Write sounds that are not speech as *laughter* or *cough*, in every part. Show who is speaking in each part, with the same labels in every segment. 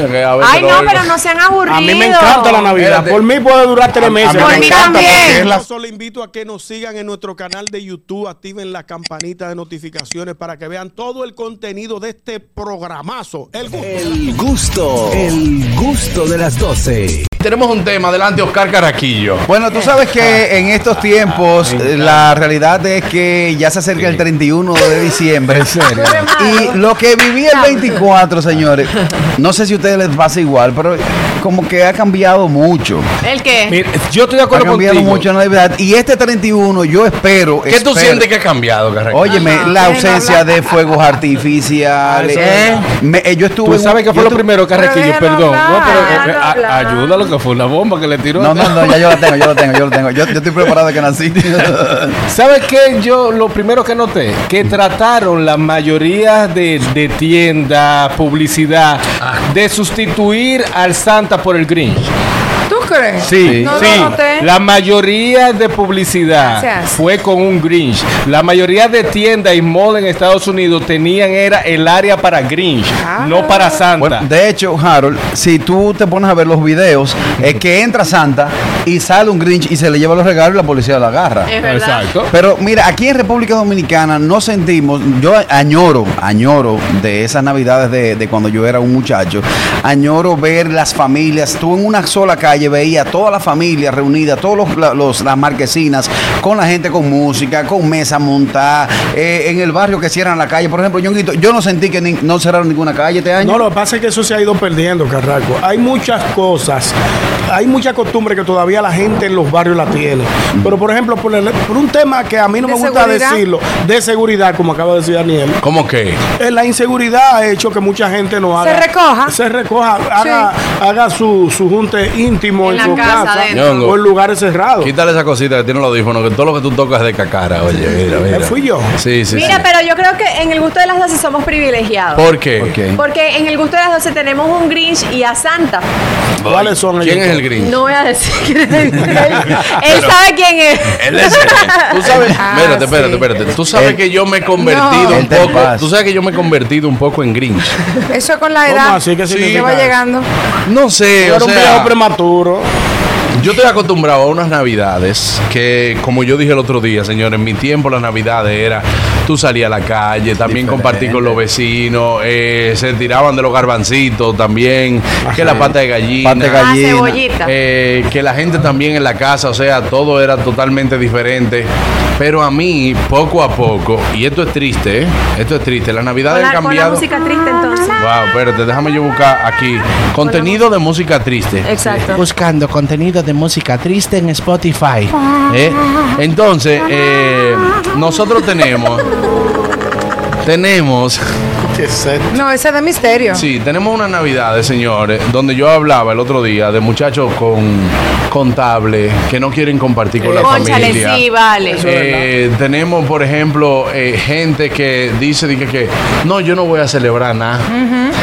Speaker 1: *laughs*
Speaker 2: Ay, no, pero no sean aburridos.
Speaker 3: A mí me encanta la Navidad.
Speaker 1: Espérate.
Speaker 3: Por mí puede durar tres
Speaker 1: A- a mí
Speaker 3: meses.
Speaker 1: me
Speaker 2: Por mí
Speaker 1: encanta porque
Speaker 2: también.
Speaker 1: es la-
Speaker 4: Solo invito a que nos sigan en nuestro canal de YouTube, activen la campanita de notificaciones para que vean todo el contenido de este programazo. El gusto.
Speaker 5: El gusto, el gusto de las 12.
Speaker 1: Tenemos un tema. Adelante, Oscar Caraquillo.
Speaker 6: Bueno, tú sabes que en estos tiempos eh, la realidad es que ya se acerca el 31 de diciembre. Y lo que viví el 24, señores, no sé si a ustedes les pasa igual, pero como que ha cambiado mucho.
Speaker 2: ¿El qué?
Speaker 3: Mira, yo estoy de
Speaker 6: Ha
Speaker 3: acuerdo
Speaker 6: cambiado
Speaker 3: contigo.
Speaker 6: mucho la Navidad. Y este 31 yo espero...
Speaker 1: ¿Qué tú
Speaker 6: espero-
Speaker 1: sientes que ha cambiado, Caraquillo?
Speaker 6: Óyeme,
Speaker 2: Ajá.
Speaker 6: la ausencia de fuegos artificiales.
Speaker 3: Ah,
Speaker 6: Me- eh, yo estuve...
Speaker 3: Tú
Speaker 6: en un-
Speaker 3: sabes que fue
Speaker 6: yo
Speaker 3: lo
Speaker 6: estu-
Speaker 3: primero, Carrequillo,
Speaker 2: Pero déjalo
Speaker 3: perdón. No, pero eh,
Speaker 2: hablar,
Speaker 3: a-
Speaker 2: déjalo hablar.
Speaker 3: ayúdalo, que fue una bomba que le tiró.
Speaker 6: No, no, no, ya yo la tengo, yo la tengo, yo la tengo. Yo, yo estoy preparado de que nací. *laughs*
Speaker 3: ¿Sabes qué? Yo lo primero que noté, que trataron la mayoría de, de tiendas, publicidad,
Speaker 1: Ah.
Speaker 3: de sustituir al Santa por el Grinch.
Speaker 2: ¿Tú crees?
Speaker 3: Sí,
Speaker 2: No lo
Speaker 3: sí.
Speaker 2: noté.
Speaker 3: La mayoría de publicidad
Speaker 2: Gracias.
Speaker 3: fue con un Grinch. La mayoría de tiendas y moda en Estados Unidos tenían era el área para Grinch,
Speaker 2: Ah.
Speaker 3: no para Santa.
Speaker 6: Bueno, de hecho, Harold, si tú te pones a ver los videos, es que entra Santa y sale un Grinch y se le lleva los regalos y la policía la agarra.
Speaker 2: Es verdad.
Speaker 3: Exacto.
Speaker 6: Pero mira, aquí en República Dominicana no sentimos, yo añoro, añoro de esas navidades de, de cuando yo era un muchacho, añoro ver las familias, tú en una sola calle veía toda la familia reunida, todos los, la- los- las marquesinas, con la gente con música, con mesa montada, eh, en el barrio que cierran la calle, por ejemplo, Ñonguito, yo no sentí que ni- no cerraron ninguna calle este año.
Speaker 4: No, lo que pasa es que eso se ha ido perdiendo, Carraco. Hay muchas cosas, hay mucha costumbre que todavía la gente en los barrios la tiene. Pero, por ejemplo, por, el- por un tema que a mí no
Speaker 2: ¿De
Speaker 4: me gusta
Speaker 2: seguridad?
Speaker 4: decirlo, de seguridad, como acaba de decir Daniel,
Speaker 1: ¿Cómo que?
Speaker 4: eh, la inseguridad ha hecho que mucha gente no
Speaker 2: Se ah.
Speaker 4: haga.
Speaker 2: recoja.
Speaker 4: Se recoja, haga, haga su, su junte íntimo
Speaker 2: En
Speaker 4: en,
Speaker 2: la
Speaker 4: su
Speaker 2: casa,
Speaker 4: casa,
Speaker 2: adentro.
Speaker 4: o en lugares cerrados.
Speaker 1: Quítale esa cosita que tiene los audífonos, que todo lo que tú tocas es de cacara, oye. Mira, mira.
Speaker 4: Eh, fui yo.
Speaker 1: Sí, sí.
Speaker 2: Mira,
Speaker 1: sí.
Speaker 2: pero yo creo que en el gusto de las 12 somos privilegiados.
Speaker 1: ¿Por qué?
Speaker 6: ¿Por qué?
Speaker 2: Porque en el gusto de las 12 tenemos un Grinch y a Santa.
Speaker 4: ¿Cuáles son
Speaker 1: ¿Quién
Speaker 4: ellos?
Speaker 1: es el Grinch?
Speaker 2: No voy a decir quién es. Él sabe quién es.
Speaker 1: Él es Tú sabes,
Speaker 2: Ah,
Speaker 1: espérate, espérate,
Speaker 2: sí.
Speaker 1: espérate. Tú sabes
Speaker 4: Eh,
Speaker 6: Él-
Speaker 1: que yo me he convertido
Speaker 2: No.
Speaker 1: un
Speaker 6: Él te
Speaker 1: poco.
Speaker 6: pasa.
Speaker 1: Tú sabes que yo me he convertido un poco en Grinch.
Speaker 2: Eso con la
Speaker 4: ¿Cómo
Speaker 2: edad
Speaker 4: así? ¿Qué
Speaker 2: que
Speaker 4: significa
Speaker 2: va
Speaker 4: eso?
Speaker 2: llegando.
Speaker 1: No sé,
Speaker 4: Yo
Speaker 1: o
Speaker 4: era un viejo
Speaker 1: sea,
Speaker 4: prematuro.
Speaker 1: yo estoy acostumbrado a unas navidades que, como yo dije el otro día, señores, en mi tiempo las navidades era, tú salías a la calle, también compartir con los vecinos, eh, se tiraban de los garbancitos también, que la pata de gallina.
Speaker 6: Pata de
Speaker 2: Ah,
Speaker 6: Gallina.
Speaker 2: cebollita.
Speaker 1: Eh, que la gente también en la casa, o sea, todo era totalmente diferente. Pero a mí, poco a poco, y esto es triste, ¿eh? esto es triste, las
Speaker 2: Con
Speaker 1: navidades
Speaker 2: la,
Speaker 1: han
Speaker 2: con la
Speaker 1: cambiado.
Speaker 2: música triste entonces.
Speaker 1: Wow, espérate, déjame yo buscar aquí. Contenido de música triste.
Speaker 2: Exacto.
Speaker 1: Buscando contenido de música triste en Spotify. ¿Eh? Entonces, eh, nosotros tenemos. Tenemos.
Speaker 2: No, ese es de misterio.
Speaker 1: Sí, tenemos una Navidad, señores, donde yo hablaba el otro día de muchachos con contable que no quieren compartir con la
Speaker 2: Cónchale,
Speaker 1: familia.
Speaker 2: sí, vale.
Speaker 1: Eh, tenemos, por ejemplo, eh, gente que dice di que, que, no, yo no voy a celebrar nada.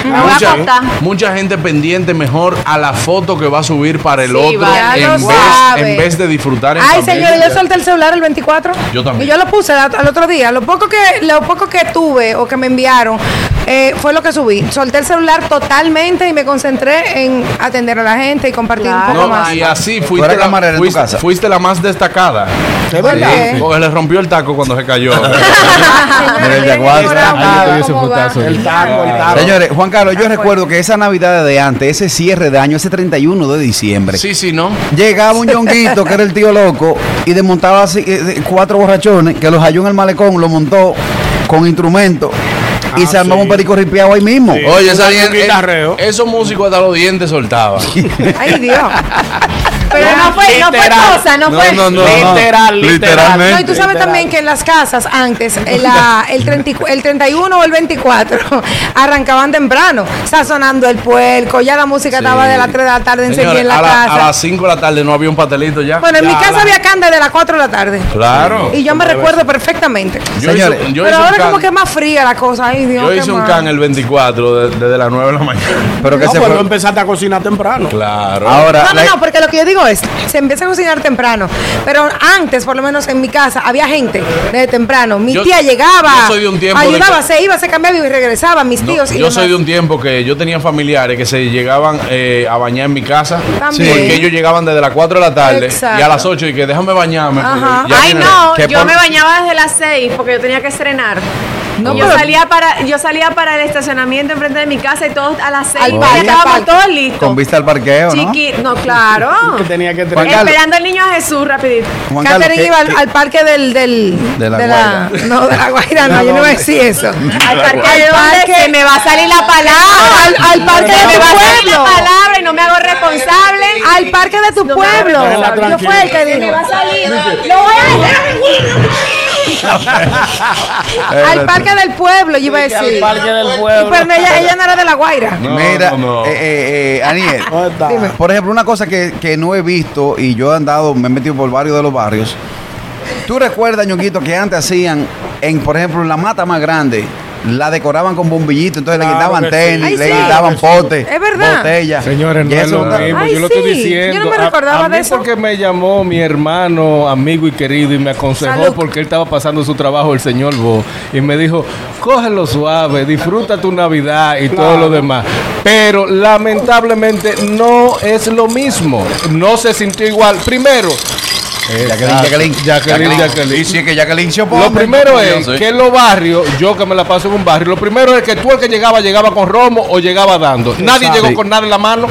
Speaker 2: No voy a apostar.
Speaker 1: mucha gente pendiente mejor a la foto que va a subir para el
Speaker 2: Sí,
Speaker 1: otro
Speaker 2: vale.
Speaker 1: en,
Speaker 2: Ya
Speaker 1: vez,
Speaker 2: lo sabe.
Speaker 1: en vez de disfrutar en
Speaker 7: Ay,
Speaker 1: familia.
Speaker 7: señores, yo solté el celular el 24.
Speaker 1: Yo también.
Speaker 7: Y yo lo puse al al otro día. Lo poco que, lo poco que tuve o que me enviaron eh, fue lo que subí. Solté el celular totalmente y me concentré en atender a la gente y compartir
Speaker 2: Claro.
Speaker 7: un
Speaker 1: No,
Speaker 7: poco más.
Speaker 1: y así
Speaker 6: Fuera
Speaker 1: fuiste la,
Speaker 6: cámara de tu
Speaker 1: fuiste-
Speaker 6: casa.
Speaker 1: fuiste la más destacada.
Speaker 4: Es verdad.
Speaker 7: Eh.
Speaker 1: Sí, porque le rompió el taco cuando se
Speaker 7: *laughs*
Speaker 1: cayó.
Speaker 6: Mira el jaguar.
Speaker 4: El taco, el taco.
Speaker 6: Señores, Juan Carlos, yo recuerdo que esa Navidad de antes, ese cierre de año, ese 31 de diciembre,
Speaker 1: sí, sí, ¿no?
Speaker 6: Llegaba un yonguito que era el tío loco y desmontaba así, eh, eh, cuatro borrachones que los halló en el malecón, lo montó con instrumento y se armaba un perico ripiado ahí mismo.
Speaker 1: Oye, esa
Speaker 4: Un
Speaker 1: gente- eh,
Speaker 4: guitarreo.
Speaker 1: esos músicos hasta los dientes
Speaker 7: *laughs*
Speaker 1: soltaban.
Speaker 7: Ay, Dios.
Speaker 2: Pero no fue, no fue
Speaker 3: Literal.
Speaker 2: cosa, no, fue.
Speaker 3: Literal, literal.
Speaker 7: pues, No, y tú sabes también que en las casas antes, en la- el, 30 y- el 31 o el 24, *laughs* arrancaban temprano, sazonando el puerco, ya la música estaba de las 3 de la tarde encendida
Speaker 1: Señores,
Speaker 7: en la
Speaker 1: a, la-
Speaker 7: casa.
Speaker 1: a las 5 de la tarde no había un pastelito ya.
Speaker 7: Bueno, en mi
Speaker 3: Ya,
Speaker 7: casa
Speaker 3: la-
Speaker 7: había canda de las 4 de la tarde.
Speaker 1: Claro.
Speaker 7: Y yo me recuerdo perfectamente.
Speaker 1: Yo
Speaker 6: Señores,
Speaker 1: hice, yo
Speaker 7: Pero
Speaker 1: hice
Speaker 7: ahora
Speaker 1: un can,
Speaker 7: como que es más fría la cosa. Ay, Dios,
Speaker 1: yo
Speaker 7: qué
Speaker 1: hice un
Speaker 7: mal.
Speaker 1: can el 24 de- desde las 9 de la mañana.
Speaker 6: Pero que
Speaker 4: No,
Speaker 6: se
Speaker 4: pues tú
Speaker 6: fue.
Speaker 4: empezaste a cocinar temprano.
Speaker 1: Claro.
Speaker 6: Ahora,
Speaker 7: No, no,
Speaker 6: la-
Speaker 7: no, porque lo que yo digo digo es, se empieza a cocinar temprano, pero antes, por lo menos en mi casa, había gente desde temprano. Mi
Speaker 1: Yo-
Speaker 7: tía llegaba,
Speaker 1: yo soy de un tiempo de
Speaker 7: ayudaba,
Speaker 1: que-
Speaker 7: se iba, se cambiaba y regresaba, mis
Speaker 1: No,
Speaker 7: tíos. y
Speaker 1: yo soy de
Speaker 7: demás.
Speaker 1: un tiempo que yo tenía familiares que se llegaban eh, a bañar en mi casa.
Speaker 7: También.
Speaker 1: Porque ellos llegaban desde las 4 de la tarde y a las
Speaker 7: Exacto.
Speaker 1: 8 y que déjame bañarme.
Speaker 7: Ajá.
Speaker 1: Ya
Speaker 2: Ay,
Speaker 1: tiene-
Speaker 2: no,
Speaker 1: que
Speaker 2: yo
Speaker 1: por-
Speaker 2: me bañaba desde las 6 porque yo tenía que estrenar.
Speaker 7: No,
Speaker 2: yo,
Speaker 7: pero-
Speaker 2: salía para, yo salía para el estacionamiento enfrente de mi casa y todos a las 6
Speaker 7: Al
Speaker 2: ya
Speaker 7: parque, al
Speaker 2: estábamos
Speaker 7: parque.
Speaker 2: todos listos.
Speaker 6: Con vista al parqueo, ¿no?
Speaker 2: Chiqui, no, claro.
Speaker 4: Que tenía que
Speaker 6: Juan
Speaker 4: tener.
Speaker 6: Carlos.
Speaker 2: Esperando al niño Jesús rapidito.
Speaker 6: Juan Carlos,
Speaker 7: Catherine
Speaker 6: ¿qué-
Speaker 7: iba al,
Speaker 6: qué-
Speaker 7: al parque del, del
Speaker 6: De
Speaker 7: no
Speaker 6: la
Speaker 7: de la Guaira, no, yo no voy a decir
Speaker 6: *laughs*
Speaker 7: eso.
Speaker 2: Al parque de *laughs*
Speaker 7: Al
Speaker 2: donde
Speaker 7: parque-
Speaker 2: se me va a salir la palabra.
Speaker 7: Al, al parque
Speaker 2: Se
Speaker 7: de
Speaker 2: me
Speaker 7: tu
Speaker 2: va a salir la
Speaker 7: pueblo.
Speaker 2: palabra y no me hago responsable.
Speaker 7: Al parque de tu
Speaker 4: Déjala
Speaker 7: pueblo. Yo
Speaker 4: tranquila.
Speaker 7: fue el que
Speaker 2: Se me
Speaker 7: dijo.
Speaker 2: va a salir. Lo voy a dejar.
Speaker 7: Al parque del pueblo, yo iba a decir.
Speaker 4: Parque del
Speaker 7: Y
Speaker 4: pueblo.
Speaker 7: pero no, ella, ella no era de la Guaira.
Speaker 6: Mira,
Speaker 1: no, no.
Speaker 6: eh, eh, eh, Aniel.
Speaker 4: ¿Dónde está?
Speaker 6: Por ejemplo, una cosa que, que no he visto y yo he andado, me he metido por varios de los barrios. ¿Tú recuerdas, ñoquito, que antes hacían, en, por ejemplo, la mata más grande, la decoraban con bombillitos, entonces
Speaker 4: Claro
Speaker 6: le
Speaker 4: que
Speaker 6: quitaban
Speaker 4: sí.
Speaker 6: tenis,
Speaker 7: Ay,
Speaker 6: le
Speaker 7: sí.
Speaker 6: quitaban potes,
Speaker 7: Es verdad.
Speaker 6: botellas.
Speaker 3: Señores, no
Speaker 6: Y
Speaker 3: es
Speaker 6: eso
Speaker 3: lo
Speaker 6: está-
Speaker 3: mismo,
Speaker 7: Ay,
Speaker 3: yo lo estoy
Speaker 7: sí,
Speaker 3: diciendo.
Speaker 7: yo no me
Speaker 3: A-
Speaker 7: recordaba
Speaker 3: a, mí
Speaker 7: de eso.
Speaker 3: porque me llamó mi hermano, amigo y querido y me aconsejó
Speaker 7: Salud.
Speaker 3: porque él estaba pasando su trabajo, el señor Bo, y me dijo, cógelo suave, disfruta tu Navidad y todo lo demás. Pero lamentablemente no es lo mismo, no se sintió igual. Primero,
Speaker 6: Jacqueline, Jacqueline,
Speaker 3: Jacqueline,
Speaker 6: Sí,
Speaker 3: Jacqueline.
Speaker 6: sí, que Jacqueline se opone.
Speaker 3: Lo primero
Speaker 6: Yo
Speaker 3: es
Speaker 6: sé.
Speaker 3: que en los barrios, yo que me la paso en un barrio, lo primero es que tú el que llegaba, llegaba con romo o llegaba dando. Nadie llegó con nada en la mano.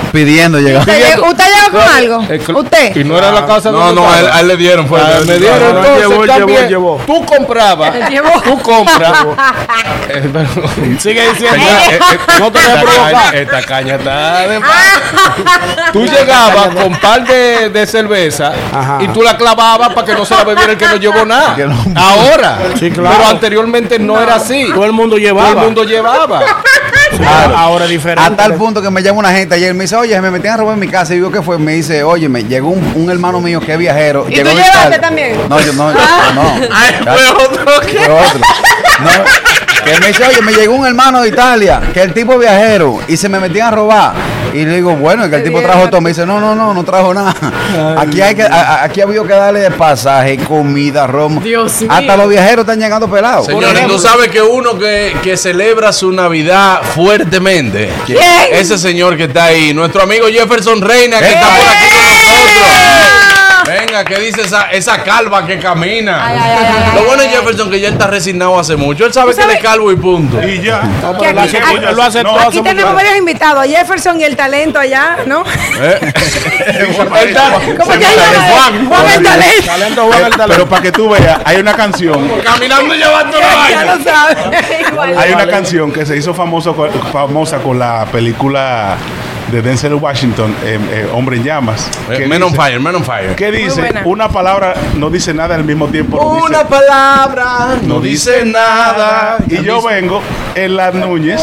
Speaker 7: *laughs*
Speaker 6: Pidiendo llegar.
Speaker 7: ¿Usted, llegó- usted llegó con
Speaker 3: Eh,
Speaker 7: algo?
Speaker 3: cl- Y
Speaker 7: ¿Usted?
Speaker 3: no era la casa
Speaker 1: Ah. No,
Speaker 3: donde
Speaker 1: no, a él,
Speaker 3: estaba.
Speaker 1: a él le dieron. Fue,
Speaker 3: Ah, me dieron
Speaker 4: no,
Speaker 3: entonces
Speaker 4: llevó,
Speaker 3: también,
Speaker 4: llevó, llevó.
Speaker 3: tú comprabas
Speaker 7: *laughs*
Speaker 3: tú compras Eh, perdón.
Speaker 4: Sigue diciendo.
Speaker 3: Señora, eh,
Speaker 1: *laughs*
Speaker 3: eh, no te voy a provocar. esta caña está de tú *laughs* llegabas con par de, de cerveza
Speaker 4: Ajá.
Speaker 3: y tú la clavabas para que no se la bebiera el que no llevó nada
Speaker 6: Que no-
Speaker 3: ahora
Speaker 4: Sí, claro.
Speaker 3: pero anteriormente no, era así
Speaker 4: Todo el mundo llevaba.
Speaker 3: todo el mundo llevaba
Speaker 4: Claro. Ahora es diferente.
Speaker 6: A tal punto que me llama una gente ayer, me dice, oye, me metían a robar en mi casa y yo que fue, me dice, oye, me llegó un, un hermano mío que es viajero.
Speaker 2: ¿Y
Speaker 6: llegó
Speaker 2: tú
Speaker 6: de Italia".
Speaker 2: llevaste también? Ah.
Speaker 6: No, yo no, yo-
Speaker 1: *laughs*
Speaker 6: no.
Speaker 1: Ay, Ah, fue otro que.
Speaker 6: Fue otro. No, que me dice, oye, me llegó un hermano de Italia, que el tipo es viajero, y se me metían a robar. Y le digo, bueno, es que el tipo trajo esto. Me dice, no, no, no, no trajo nada. Aquí hay que, a- a- aquí había que darle de pasaje, comida, romo.
Speaker 2: Dios mío.
Speaker 6: Hasta los viajeros están llegando pelados.
Speaker 1: Señores, tú sabes que uno que, que celebra su Navidad fuertemente.
Speaker 6: ¿Quién?
Speaker 1: Ese señor que está ahí, nuestro amigo Jefferson Reina, que está por aquí
Speaker 7: ¡Eh!
Speaker 1: con nosotros. Venga, ¿qué dice esa, esa calva que camina?
Speaker 2: Ay, ay, ay, ay,
Speaker 1: Lo bueno
Speaker 2: ay,
Speaker 1: es Jefferson que ya está resignado hace mucho. Él sabe que él es calvo y punto.
Speaker 8: Y ya.
Speaker 7: Que
Speaker 4: Lo
Speaker 7: aquí,
Speaker 4: aceptó, lo aceptó hace
Speaker 7: aquí
Speaker 4: mucho
Speaker 7: tenemos
Speaker 4: tiempo.
Speaker 7: varios invitados, a Jefferson y el talento allá, ¿no? *laughs* ¿Cómo que
Speaker 8: parece
Speaker 7: llama?
Speaker 8: Juan.
Speaker 7: Juan el talento.
Speaker 4: Talento Juan el talento.
Speaker 8: Pero para que tú veas, hay una canción,
Speaker 1: Caminando llevando la
Speaker 7: Ya
Speaker 1: vaina.
Speaker 7: lo sabe. Igual.
Speaker 8: hay una canción que se hizo famoso con- famosa con la película de Denzel Washington, eh, eh, Hombre en Llamas. que
Speaker 1: Men on
Speaker 8: dice,
Speaker 1: Eh, fire, men on fire.
Speaker 8: que dice
Speaker 7: buena.
Speaker 8: una palabra no dice nada al mismo tiempo. no dice-
Speaker 1: Una palabra no dice nada.
Speaker 8: y yo vengo en las Núñez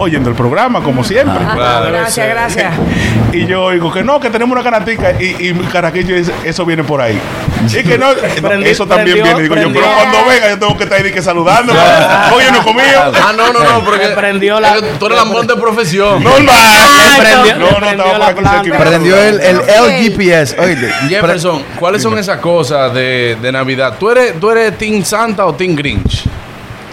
Speaker 8: oyendo el programa, como siempre.
Speaker 7: Gracias, gracias.
Speaker 8: Y yo oigo que no, que tenemos una canatica. Y, y Caraquillo dice, eso viene por ahí. Y que no, no,
Speaker 4: Prendí-
Speaker 8: eso también
Speaker 4: prendió,
Speaker 8: viene. Digo yo,
Speaker 4: prendió.
Speaker 8: pero cuando venga, yo tengo que estar ahí que saludando. Oye, no he comido.
Speaker 1: Ah, no, no, no, porque
Speaker 4: Me prendió la-
Speaker 1: porque tú eres lambón de profesión.
Speaker 8: *laughs* Normal.
Speaker 4: prendió-
Speaker 8: Ah, No,
Speaker 4: le
Speaker 8: no,
Speaker 4: prendió
Speaker 8: estaba por
Speaker 4: la
Speaker 8: aquí
Speaker 4: planta.
Speaker 8: cerquita.
Speaker 6: Prendió el, el LGPS. Oíste.
Speaker 1: Jefferson, ¿cuáles son esas cosas de, de Navidad? ¿Tú eres, ¿Tú eres Team Santa o Team Grinch?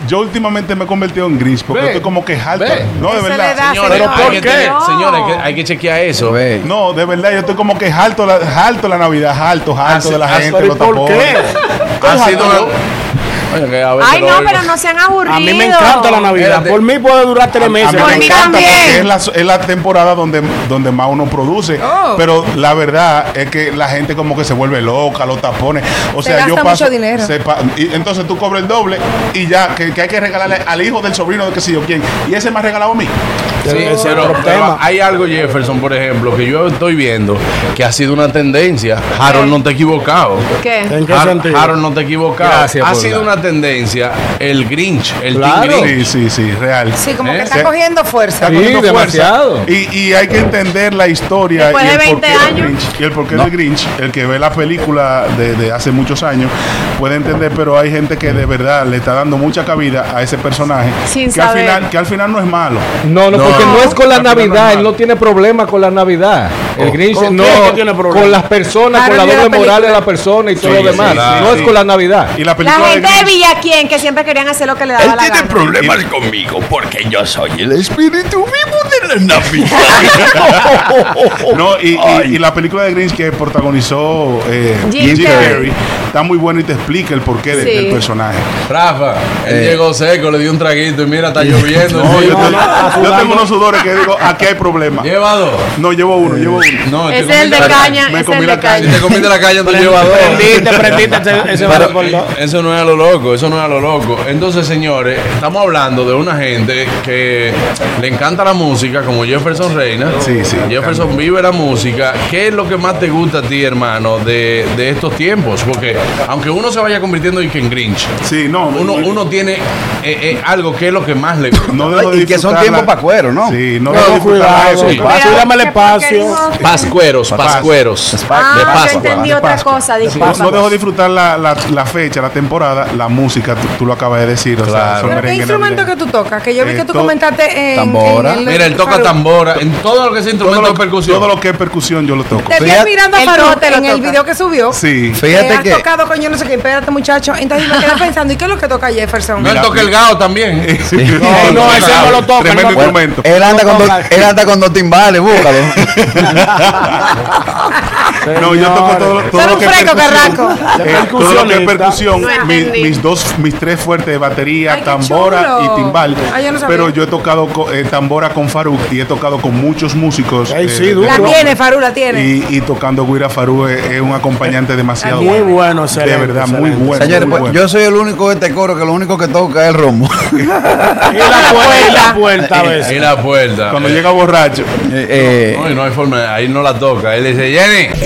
Speaker 8: Yo últimamente me he convertido en gris porque
Speaker 3: Ve,
Speaker 8: estoy como que
Speaker 3: ve.
Speaker 8: jalta. No, de
Speaker 7: Esa es la edad,
Speaker 8: verdad.
Speaker 1: Señores,
Speaker 7: señor.
Speaker 1: hay
Speaker 3: ¿por
Speaker 1: que
Speaker 3: qué?
Speaker 1: tener-
Speaker 7: No.
Speaker 1: señores, hay que, hay que chequear eso.
Speaker 6: Ve.
Speaker 8: No, de verdad, yo estoy como que jalto, la- jalto la Navidad, jalto, jalto
Speaker 1: Así-
Speaker 8: de la
Speaker 1: así-
Speaker 8: gente,
Speaker 4: Pero ¿y
Speaker 8: los
Speaker 4: por qué?
Speaker 8: tapones.
Speaker 1: Ha sido una- Oye, que a veces
Speaker 2: Ay,
Speaker 1: lo
Speaker 2: no,
Speaker 1: oigo.
Speaker 2: pero no sean aburridos.
Speaker 4: A mí me encanta la Navidad.
Speaker 1: Espérate.
Speaker 4: Por mí puede durar tres
Speaker 8: A mí
Speaker 4: meses.
Speaker 2: Por
Speaker 8: me
Speaker 2: mí
Speaker 8: encanta
Speaker 2: también.
Speaker 8: porque es la, es la temporada donde, donde más uno produce. Pero la verdad es que la gente como que se vuelve loca, los tapones. O
Speaker 7: Se
Speaker 8: sea, yo
Speaker 7: gasta
Speaker 8: paso.
Speaker 7: mucho dinero.
Speaker 8: se pa- y entonces tú cobras el doble y ya, que, que hay que regalarle al hijo del sobrino de que sé yo quién. Y ese me ha regalado a mí.
Speaker 1: Sí,
Speaker 4: Ese es
Speaker 1: pero,
Speaker 4: otro
Speaker 1: pero
Speaker 4: tema.
Speaker 1: hay algo, Jefferson, por ejemplo, que yo estoy viendo que ha sido una tendencia. Harold, no te he equivocado.
Speaker 2: ¿Qué?
Speaker 4: ¿En qué
Speaker 1: Har-
Speaker 4: sentido?
Speaker 1: Harold, no te he equivocado.
Speaker 3: Gracias
Speaker 1: ha
Speaker 3: por
Speaker 1: sido
Speaker 3: la-
Speaker 1: una tendencia el Grinch, el
Speaker 3: Claro.
Speaker 1: Team Grinch.
Speaker 8: Sí, sí, sí, real.
Speaker 7: Sí, como que
Speaker 8: Sí.
Speaker 7: está cogiendo fuerza.
Speaker 8: Está cogiendo
Speaker 3: demasiado.
Speaker 8: Y, y hay que entender la historia
Speaker 2: Después
Speaker 8: y,
Speaker 2: de
Speaker 8: el
Speaker 2: 20
Speaker 8: porqué del
Speaker 2: años.
Speaker 8: Grinch, y el porqué del Grinch. El que ve la película de, de hace muchos años puede entender, pero hay gente que de verdad le está dando mucha cabida a ese personaje
Speaker 2: Sin
Speaker 8: que
Speaker 2: saber.
Speaker 8: al final que al final no es malo.
Speaker 3: no, no,
Speaker 1: No,
Speaker 3: porque que no es con la Navidad, él no tiene problema con la Navidad. El Grinch
Speaker 4: ¿con
Speaker 3: no,
Speaker 4: quién no tiene problema?
Speaker 3: con las personas, con la
Speaker 7: Claro, mira
Speaker 3: doble
Speaker 7: la
Speaker 3: moral de
Speaker 7: película.
Speaker 3: la persona y todo
Speaker 8: Sí,
Speaker 3: lo demás.
Speaker 8: sí, sí,
Speaker 3: no
Speaker 8: sí.
Speaker 3: es con la Navidad.
Speaker 8: Y la
Speaker 7: La
Speaker 8: película
Speaker 7: gente de
Speaker 8: Grinch-
Speaker 7: Villaquien que siempre querían hacer lo que le daba
Speaker 9: Él
Speaker 7: la
Speaker 9: tiene
Speaker 7: gana.
Speaker 9: problemas conmigo porque yo soy el espíritu vivo de la Navidad.
Speaker 8: No, y, y-
Speaker 9: Ay.
Speaker 8: y la película de Grinch que protagonizó eh,
Speaker 7: Jim
Speaker 8: Jim,
Speaker 7: Carrey.
Speaker 8: Carrey está muy buena y te explica el porqué de-
Speaker 7: Sí.
Speaker 8: del personaje.
Speaker 1: Rafa, él llegó seco, le dio un traguito y mira, está lloviendo.
Speaker 8: No, yo,
Speaker 1: encima.
Speaker 8: te- yo tengo unos sudores que digo, aquí hay problema.
Speaker 1: Lleva dos.
Speaker 8: No, llevo uno, llevo uno.
Speaker 1: No,
Speaker 7: Es
Speaker 1: te comiste
Speaker 7: el de
Speaker 1: la
Speaker 7: caña,
Speaker 8: me
Speaker 7: es
Speaker 8: comí
Speaker 7: el
Speaker 8: la
Speaker 7: de
Speaker 1: Si te
Speaker 7: caña.
Speaker 1: comiste la calle, tú llevas dos.
Speaker 4: Prendiste, prendiste ese, ese
Speaker 1: Pero,
Speaker 4: recordó.
Speaker 1: eso no es a lo loco, eso no es a lo loco. Entonces, señores, estamos hablando de una gente que le encanta la música, como Jefferson Reina.
Speaker 8: Sí, sí.
Speaker 1: Jefferson vive la música. ¿Qué es lo que más te gusta a ti, hermano, de, de estos tiempos? Porque aunque uno se vaya convirtiendo y que en Grinch,
Speaker 8: Sí, no.
Speaker 1: uno, uno tiene eh, eh, algo que es lo que más le gusta.
Speaker 8: no dejo de
Speaker 6: Y que son
Speaker 8: disfrutarla.
Speaker 6: tiempos pa' cuero, ¿no?
Speaker 8: Sí, no,
Speaker 4: No,
Speaker 8: dejo
Speaker 4: cuidado,
Speaker 8: de disfrutarla eso.
Speaker 4: sí.
Speaker 7: Pero,
Speaker 4: Cuídame el
Speaker 7: ¿qué fue que
Speaker 4: espacio.
Speaker 7: dijo?
Speaker 1: Pascueros, pascueros. de
Speaker 7: Ah, yo
Speaker 1: Pascua.
Speaker 7: entendí
Speaker 1: de
Speaker 7: otra
Speaker 1: Pascua.
Speaker 7: cosa,
Speaker 8: No, no
Speaker 7: disculpa.
Speaker 8: dejo de disfrutar la, la- la fecha, la temporada, la música, tú, tú lo acabas de decir. o sea,
Speaker 1: Claro.
Speaker 8: esos
Speaker 7: ¿Pero qué
Speaker 8: merengues
Speaker 7: instrumento que
Speaker 8: navideños.
Speaker 7: tú tocas? Que yo vi
Speaker 8: Eh,
Speaker 7: que tú
Speaker 8: to-
Speaker 7: comentaste en...
Speaker 6: tambora.
Speaker 7: en el-
Speaker 1: Mira, él toca
Speaker 7: Faru.
Speaker 1: tambora. En todo lo que es
Speaker 8: Todo
Speaker 1: instrumento
Speaker 8: lo,
Speaker 1: de percusión.
Speaker 8: todo lo que es percusión yo lo toco.
Speaker 7: Te vi
Speaker 6: Fíjate-
Speaker 7: mirando a
Speaker 2: Él
Speaker 7: Farote
Speaker 2: toca,
Speaker 7: en
Speaker 2: lo
Speaker 7: el
Speaker 2: toca.
Speaker 7: video que subió.
Speaker 8: Sí.
Speaker 7: Que
Speaker 6: Fíjate
Speaker 7: has
Speaker 6: que
Speaker 7: tocado con yo no sé qué, espérate muchacho. Entonces me quedé pensando, ¿y qué es lo que toca Jefferson?
Speaker 1: No, él toca el gao también.
Speaker 8: No,
Speaker 4: no, ese no lo toca,
Speaker 8: Tremendo
Speaker 4: no.
Speaker 6: bueno,
Speaker 8: instrumento.
Speaker 6: él, anda con dos, él anda con dos timbales, búscalo.
Speaker 8: No, yo toco todo, todo
Speaker 7: Son
Speaker 8: lo
Speaker 7: un
Speaker 8: que es
Speaker 7: fresco,
Speaker 8: percusión.
Speaker 7: Carranco.
Speaker 8: Eh, todo lo que es
Speaker 4: Percusionista.
Speaker 8: percusión,
Speaker 7: No
Speaker 8: mi-
Speaker 7: entendí.
Speaker 8: mis dos, mis tres fuertes de batería,
Speaker 7: Ay, qué
Speaker 8: tambora
Speaker 7: chulo.
Speaker 8: y timbal.
Speaker 7: Ay, yo no sabía.
Speaker 8: pero yo he tocado co- eh, tambora con Faruk y he tocado con muchos músicos.
Speaker 4: Ay,
Speaker 8: eh,
Speaker 4: sí,
Speaker 8: de-
Speaker 4: duro.
Speaker 8: de
Speaker 7: La
Speaker 8: rock.
Speaker 7: tiene, Faru, la tiene.
Speaker 8: Y, y tocando Guira Farú es, es
Speaker 4: *laughs*
Speaker 8: un acompañante demasiado
Speaker 4: Muy bueno,
Speaker 8: de
Speaker 4: excelente,
Speaker 8: verdad, muy
Speaker 4: excelente.
Speaker 6: *laughs*
Speaker 8: bueno.
Speaker 6: Señores,
Speaker 8: muy
Speaker 6: pues,
Speaker 8: bueno.
Speaker 6: yo soy el único de este coro que lo único que toca es el rombo.
Speaker 4: Y la puerta, y la puerta a veces.
Speaker 1: Y la puerta.
Speaker 8: Cuando
Speaker 1: Eh,
Speaker 8: llega borracho,
Speaker 6: *laughs* Eh, eh,
Speaker 1: No, y no hay forma, ahí no la toca. Él dice, Jenny.